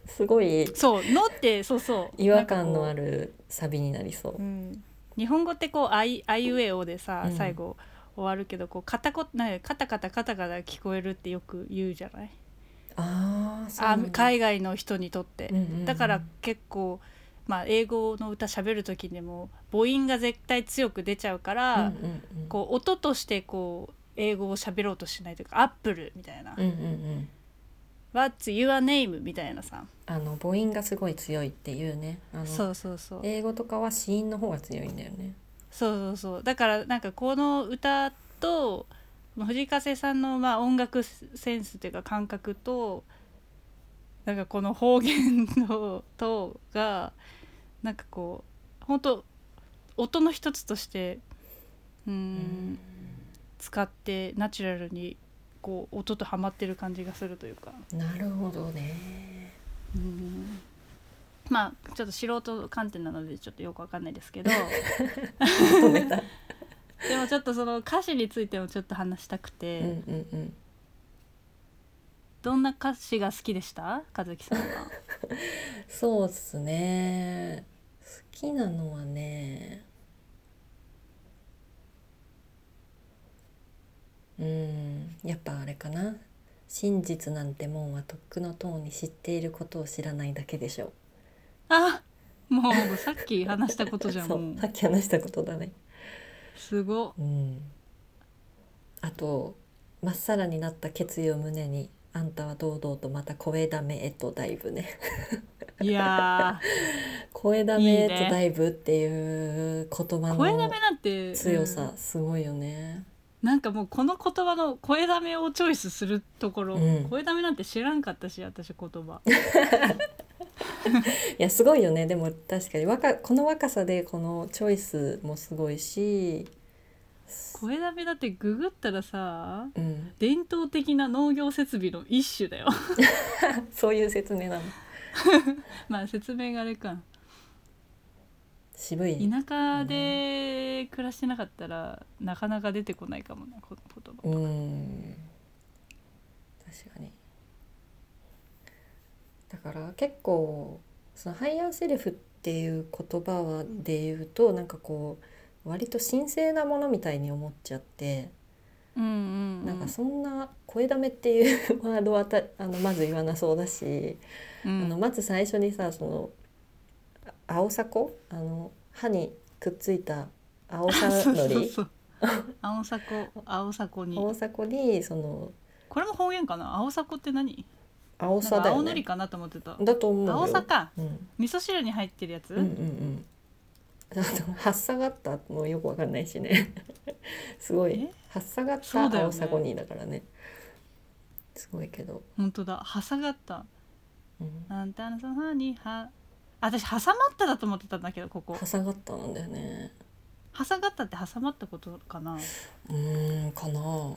Speaker 2: すごい
Speaker 1: そう「の」ってそうそう
Speaker 2: 違和感のあ
Speaker 1: る
Speaker 2: るサビになりそう
Speaker 1: うん、日本語ってこう「あいあいうえお」でさ、
Speaker 2: うん
Speaker 1: 最後終わるけどこうカタコなんかカタカタカタカタ聞こえるってよく言うじゃない
Speaker 2: ああそうな
Speaker 1: あ
Speaker 2: んだ
Speaker 1: 海外の人にとって、
Speaker 2: うんうんうん
Speaker 1: だから結構、まあ、英語の歌喋る時にも母音が絶対強く出ちゃうから、
Speaker 2: うんうんうん
Speaker 1: こう音としてこう英語を喋ろうとしないというか「アップル」みたいな
Speaker 2: うんうんうん
Speaker 1: 「What's your name」みたいなさ、
Speaker 2: あの母音がすごい強いっていうねあの
Speaker 1: そうそうそう
Speaker 2: 英語とかは子音の方が強いんだよね
Speaker 1: そうそうそうだからなんかこの歌とまあ藤井風さんのまあ音楽センスというか感覚となんかこの方言のとがなんかこう本当音の一つとしてうん使ってナチュラルにこう音とハマってる感じがするというか。
Speaker 2: なるほどね
Speaker 1: うんまあちょっと素人観点なのでちょっとよくわかんないですけど
Speaker 2: 求めた
Speaker 1: でもちょっとその歌詞についてもちょっと話したくて、
Speaker 2: うんうんうん
Speaker 1: どんな歌詞が好きでした和樹さんは
Speaker 2: そうっすね好きなのはねうんやっぱあれかな真実なんてもんはとっくのとうに知っていることを知らないだけでしょ
Speaker 1: あもうさっき話したことじゃん
Speaker 2: そ
Speaker 1: も
Speaker 2: う
Speaker 1: う
Speaker 2: さっき話したことだね
Speaker 1: すご
Speaker 2: うん、あと「まっさらになった決意を胸にあんたは堂々とまた声だめへとだいぶ ね
Speaker 1: いや
Speaker 2: 声だめへと
Speaker 1: いいね
Speaker 2: だいぶっていう言葉
Speaker 1: ー声だ
Speaker 2: の
Speaker 1: めなんて
Speaker 2: 強
Speaker 1: うん
Speaker 2: さすごいよね。
Speaker 1: なんかもうこの言葉の声だめをチョイスするところ、
Speaker 2: うん
Speaker 1: 声だめなんて知らんかったし私言葉
Speaker 2: いやすごいよねでも確かに若この若さでこのチョイスもすごいし、
Speaker 1: 声だめだってググったらさ
Speaker 2: うん、
Speaker 1: 伝統的な農業設備の一種だよ
Speaker 2: そういう説明なの
Speaker 1: まあ説明があれか
Speaker 2: 渋い、
Speaker 1: 田舎で暮らしてなかったらなかなか出てこないかもねこの言葉
Speaker 2: うん、確かにだから結構そのハイヤーセルフっていう言葉はで言うとなんかこう割と神聖なものみたいに思っちゃって。
Speaker 1: うんうん
Speaker 2: なんかそんな声だめっていうワードはた あのまず言わなそうだし、
Speaker 1: うん
Speaker 2: あのまず最初にさそのあ青さこあの歯にくっついた青さ
Speaker 1: そう
Speaker 2: の
Speaker 1: そう
Speaker 2: り
Speaker 1: そう 青さこ青さこに
Speaker 2: 青さこにその
Speaker 1: これも方言かな青さこって何な
Speaker 2: 青
Speaker 1: んか
Speaker 2: さだ
Speaker 1: 青
Speaker 2: よ
Speaker 1: のり
Speaker 2: ね。
Speaker 1: かなと思ってた
Speaker 2: だと思うよ。
Speaker 1: 青さか
Speaker 2: うん、
Speaker 1: 味噌汁に入ってるやつ、
Speaker 2: うんうんうん。あとはっさがったもよくわかんないしね。 すごい
Speaker 1: え
Speaker 2: はっさがっ
Speaker 1: そうだ
Speaker 2: た
Speaker 1: よね
Speaker 2: 青さこにだからね。すごいけど。
Speaker 1: 本当だ挟がった
Speaker 2: うん
Speaker 1: あんたのそのにはあ私挟まっただと思ってたんだけどここ
Speaker 2: はさがったなんだよね。
Speaker 1: 挟がったって挟まったことかな
Speaker 2: うーんかな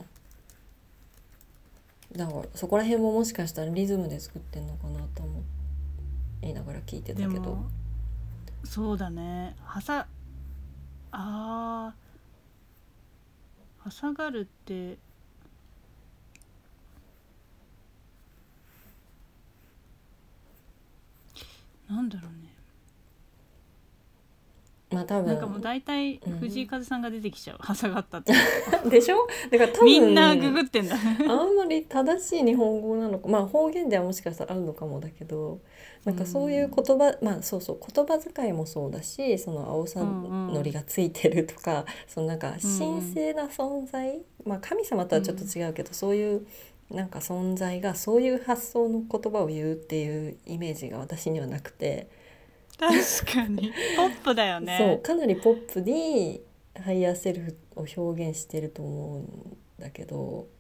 Speaker 2: だからそこら辺ももしかしたらリズムで作ってんのかなと思言いながら聞いてた
Speaker 1: で
Speaker 2: けど
Speaker 1: もそうだねはさあーはさがるってなんだろうね
Speaker 2: まあ多
Speaker 1: なんかもう
Speaker 2: 分
Speaker 1: 大体
Speaker 2: うん
Speaker 1: 藤井風さんが出てきちゃう、はさがったって
Speaker 2: でしょだから多分
Speaker 1: みんなググって んだ
Speaker 2: あんまり正しい日本語なのかまあ方言ではもしかしたらあるのかもだけどなんかそういう言葉まあそうそう言葉遣いもそうだしその青さのりがついてるとか、そのなんか神聖な存在、まあ神様とはちょっと違うけど、そういうなんか存在がそういう発想の言葉を言うっていうイメージが私にはなくて、
Speaker 1: 確かにポップだよね
Speaker 2: そうかなりポップにハイヤーセルフを表現してると思うんだけ
Speaker 1: う
Speaker 2: ど。
Speaker 1: ん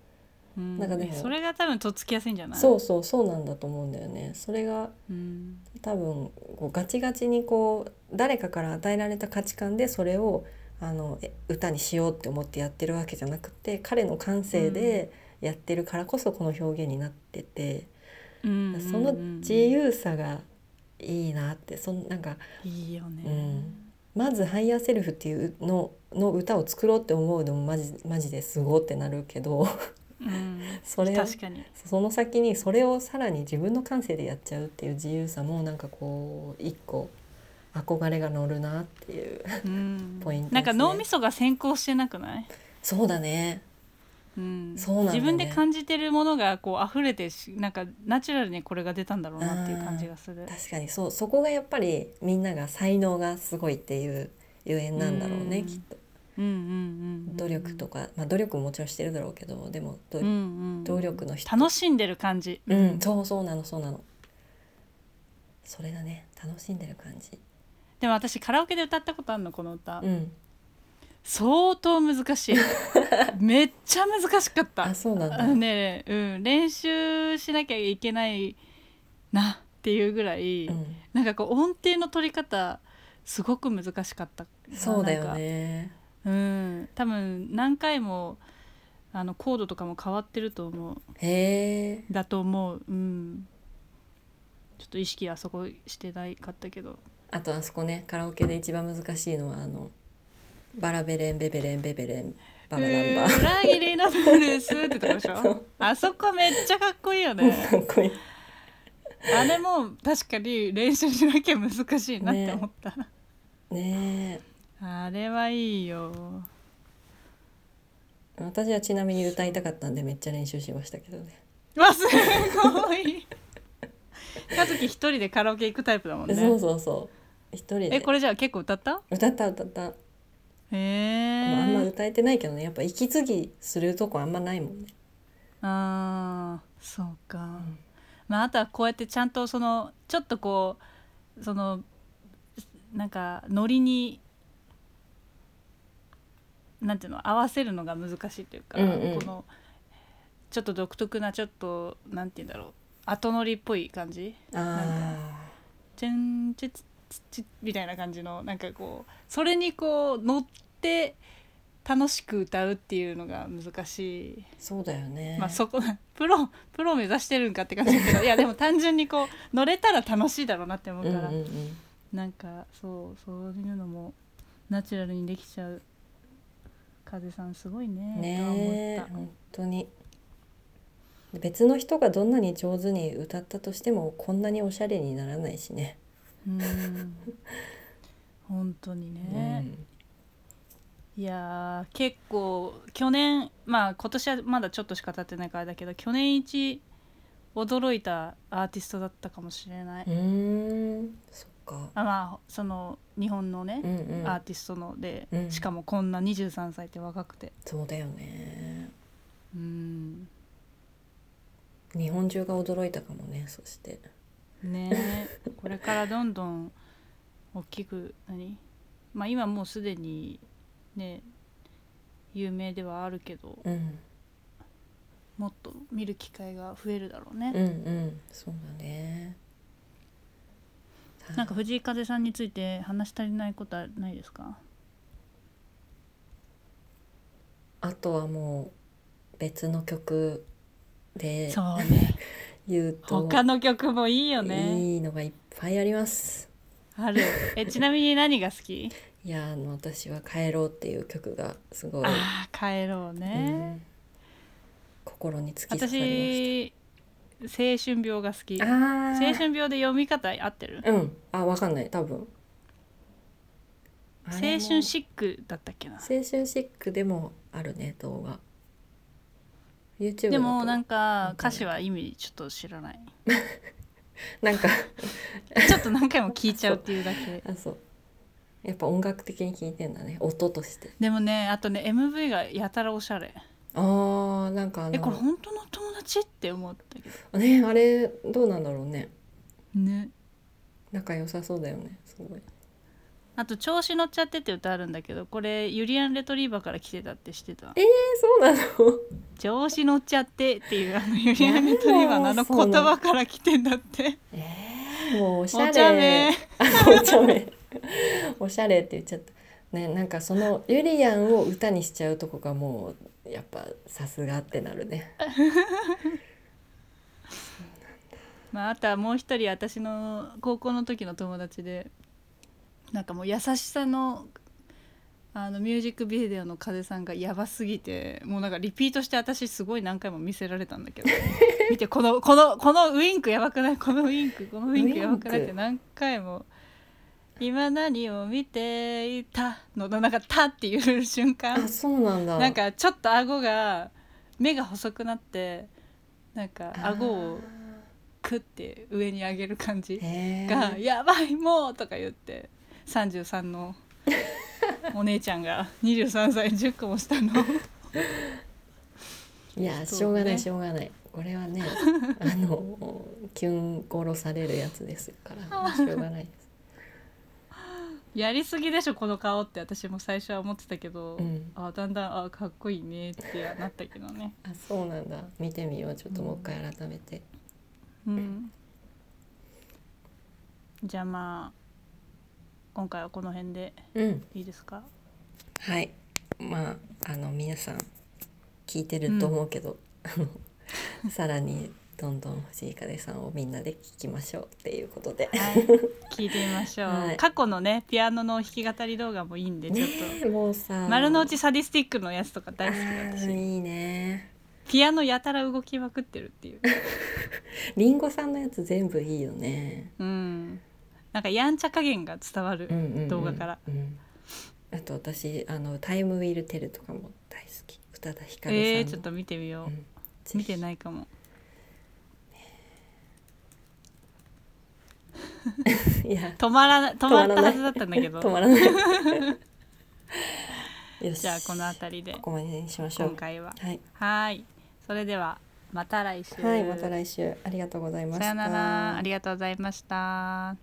Speaker 2: なんかでも
Speaker 1: それが多分とっつきやすいんじゃない
Speaker 2: そうそうそうなんだと思うんだよね。それが
Speaker 1: うん、
Speaker 2: 多分こうガチガチにこう誰かから与えられた価値観でそれをあのえ歌にしようって思ってやってるわけじゃなくて彼の感性でやってるからこそこの表現になってて、
Speaker 1: うんうんうん
Speaker 2: その自由さがいいなってそのなんか
Speaker 1: いいよね、
Speaker 2: うんまず「ハイヤーセルフ」っていうのの歌を作ろうって思うのもマジマジですごってなるけど
Speaker 1: うん、
Speaker 2: それ
Speaker 1: 確かに
Speaker 2: その先にそれをさらに自分の感性でやっちゃうっていう自由さもなんかこう一個憧れが乗るなっていう
Speaker 1: うん
Speaker 2: ポイントですね
Speaker 1: なんか脳みそが先行してなくない、
Speaker 2: そうだね
Speaker 1: うん
Speaker 2: そうなんだよね
Speaker 1: 自分で感じてるものがこう溢れてしなんかナチュラルにこれが出たんだろうなっていう感じがする
Speaker 2: 確かにそうそこがやっぱりみんなが才能がすごいっていうゆえんなんだろうね
Speaker 1: うん
Speaker 2: きっと
Speaker 1: うんうんうんうん
Speaker 2: 努力とか、まあ、努力ももちろんしてるだろうけどでもど、
Speaker 1: うんうん
Speaker 2: 努力の人
Speaker 1: 楽しんでる感じ
Speaker 2: うんそうそうなのそうなのそれだね楽しんでる感じ
Speaker 1: でも私カラオケで歌ったことあるのこの歌、
Speaker 2: うん
Speaker 1: 相当難 しいめっちゃ難しかった
Speaker 2: あそうなんだ
Speaker 1: あのね、うん、練習しなきゃいけないなっていうぐらい、
Speaker 2: うん
Speaker 1: なんかこう音程の取り方すごく難しかったな
Speaker 2: そうだよ
Speaker 1: なんか
Speaker 2: ね
Speaker 1: うん多分何回もあのコードとかも変わってると思う
Speaker 2: へえ
Speaker 1: だと思ううんちょっと意識はそこしてないかったけど
Speaker 2: あとあそこねカラオケで一番難しいのはあの「バラベレンベベレンベベレンバララン バ」
Speaker 1: 裏切りのブルースってとこでし
Speaker 2: そ
Speaker 1: ょ
Speaker 2: う
Speaker 1: あそこめっちゃかっこいいよね
Speaker 2: かっこいい
Speaker 1: あれも確かに練習しなきゃ難しいなって思った、
Speaker 2: ね
Speaker 1: あれはいいよ
Speaker 2: え私はちなみに歌いたかったんでめっちゃ練習しましたけどね
Speaker 1: わすごい和樹一人でカラオケ行くタイプだもんね
Speaker 2: そうそうそう一人
Speaker 1: え
Speaker 2: で
Speaker 1: これじゃあ結構歌った
Speaker 2: 歌った歌った、
Speaker 1: へ
Speaker 2: まあ、あんま
Speaker 1: え
Speaker 2: 歌えてないけどねやっぱ息継ぎするとこあんまないもんね
Speaker 1: ああそうか、まああとはこうやってちゃんとそのちょっとこうそのなんかノリになんていうの合わせるのが難しいというか、
Speaker 2: うんうん
Speaker 1: このちょっと独特なちょっとなんていうんだろう後乗りっぽい感じ
Speaker 2: あ
Speaker 1: チェンチェツツチみたいな感じのなんかこうそれにこう乗って楽しく歌うっていうのが難しい、
Speaker 2: そうだよね。
Speaker 1: まあそこプロプロを目指してるんかって感じだけどいやでも単純にこう乗れたら楽しいだろうなって思う
Speaker 2: う
Speaker 1: か
Speaker 2: ん
Speaker 1: ら、
Speaker 2: うんうん。
Speaker 1: なんかそうそういうのもナチュラルにできちゃう風さんすごいねとは思
Speaker 2: ね
Speaker 1: っ
Speaker 2: え
Speaker 1: た。
Speaker 2: 本当に別の人がどんなに上手に歌ったとしてもこんなにおしゃれにならないしね。
Speaker 1: うん本当にね、いやー結構去年まあ今年はまだちょっとしか経ってないからだけど去年一驚いたアーティストだったかもしれない、
Speaker 2: うん、うーんそっか。
Speaker 1: あまあその日本のね
Speaker 2: う、んうん
Speaker 1: アーティストので、
Speaker 2: うん
Speaker 1: しかもこんな23歳って若くて
Speaker 2: そうだよね。
Speaker 1: うん
Speaker 2: 日本中が驚いたかもね。そして
Speaker 1: ね えこれからどんどん大きく何まあ今もうすでにね有名ではあるけど
Speaker 2: うん
Speaker 1: もっと見る機会が増えるだろうね
Speaker 2: うんう、んそうだね。
Speaker 1: なんか藤井風さんについて話し足りないことはないですか
Speaker 2: あとはもう別の曲で
Speaker 1: そうね
Speaker 2: 言うと
Speaker 1: 他の曲もいいよね
Speaker 2: いいのがいっぱいあります。
Speaker 1: あるえちなみに何が好き
Speaker 2: いやーあの私は「帰ろう」っていう曲がすごい、
Speaker 1: ああ帰ろう
Speaker 2: う
Speaker 1: ね、
Speaker 2: ん心に突き刺さり
Speaker 1: 私青春病が好き
Speaker 2: ました。
Speaker 1: 青
Speaker 2: あー
Speaker 1: 春病で読み方合ってる
Speaker 2: うんあわかんない多分あ
Speaker 1: 青
Speaker 2: れも
Speaker 1: 春シックだったっけな
Speaker 2: 青春シックでもあるね動画 YouTube
Speaker 1: でもなんんか
Speaker 2: 本
Speaker 1: 歌
Speaker 2: 当に
Speaker 1: 詞は意味ちょっと知らない
Speaker 2: なんか
Speaker 1: ちょっと何回も聞いちゃうっていうだけ
Speaker 2: あそうやっぱ音楽的に聴いてんだね音として
Speaker 1: でもねあとね MV がやたらおしゃれ
Speaker 2: あーなんかあ
Speaker 1: えこれ
Speaker 2: の
Speaker 1: 本当の友達って思ったけど
Speaker 2: ねあれどうなんだろうね
Speaker 1: ね
Speaker 2: 仲良さそうだよねすごい
Speaker 1: あと「調子乗っちゃって」って歌あるんだけどこれユリアン・レトリーバーから来てたって知ってた
Speaker 2: えー、そうなの
Speaker 1: 「調子乗っちゃって」っていうあのユリアン・レトリーバーのあの言葉から来てんだって
Speaker 2: えー、 もうおしゃれ
Speaker 1: お茶目
Speaker 2: あお茶目おしゃれって言っちゃったねなんかそのゆりやんを歌にしちゃうとこがもうやっぱさすがってなるね
Speaker 1: まあ、あとはもう一人私の高校の時の友達でなんかもう優しさのあのミュージックビデオの風さんがやばすぎてもうなんかリピートして私すごい何回も見せられたんだ けど見てこのこのこのウインクやばくないこのウインクこのウインクやばくないって何回も「今何を見ていた」ののなんか「た」っていう瞬間
Speaker 2: あそうなんだ
Speaker 1: なんかちょっと顎が目が細くなってなんか顎をクッて上に上げる感じ
Speaker 2: へ
Speaker 1: が「
Speaker 2: ー
Speaker 1: やばいもう!」とか言って33の お姉ちゃんが23歳10個も下の
Speaker 2: いやしょうがないしょうがないこれ はねあのキュン殺されるやつですからしょうがないです
Speaker 1: やりすぎでしょこの顔って私も最初は思ってたけど、
Speaker 2: うん
Speaker 1: あだんだんあかっこいいねってなったけどね。
Speaker 2: あそうなんだ見てみようちょっともう一回改めて、
Speaker 1: うん、じゃあまあ今回はこの辺で
Speaker 2: うん
Speaker 1: いい ですか
Speaker 2: はいまああの皆さん聞いてると思うけど、あのさらにどんどん星井風さんをみんなで聞きましょうっていうことで、
Speaker 1: はい、聞いてみましょう、
Speaker 2: はい
Speaker 1: 過去のねピアノの弾き語り動画もいいんでちょっと、
Speaker 2: ねもうさ
Speaker 1: 丸の内サディスティックのやつとか大好き
Speaker 2: あー
Speaker 1: 私
Speaker 2: いいね
Speaker 1: ピアノやたら動きまくってるって いう
Speaker 2: りんごさんのやつ全部いいよね、
Speaker 1: うんなんかやんちゃ加減が伝わる、
Speaker 2: うんうんうん
Speaker 1: 動画から、
Speaker 2: うんあと私あの「タイムウィル・テル」とかも大好き宇多田ヒカルさんの
Speaker 1: えー、ちょっと見てみよう、
Speaker 2: うん
Speaker 1: 見て
Speaker 2: い
Speaker 1: ないかも
Speaker 2: いや
Speaker 1: 止まらな止まったはずだったんだけど
Speaker 2: 止まらない よし
Speaker 1: じゃあこの
Speaker 2: こ
Speaker 1: 辺りで
Speaker 2: こまでにしましょ
Speaker 1: 今
Speaker 2: う
Speaker 1: 回は
Speaker 2: はい
Speaker 1: はいそれではまた来週
Speaker 2: はい、また来週ありがとうございまし
Speaker 1: さ
Speaker 2: た。
Speaker 1: よならありがとうございました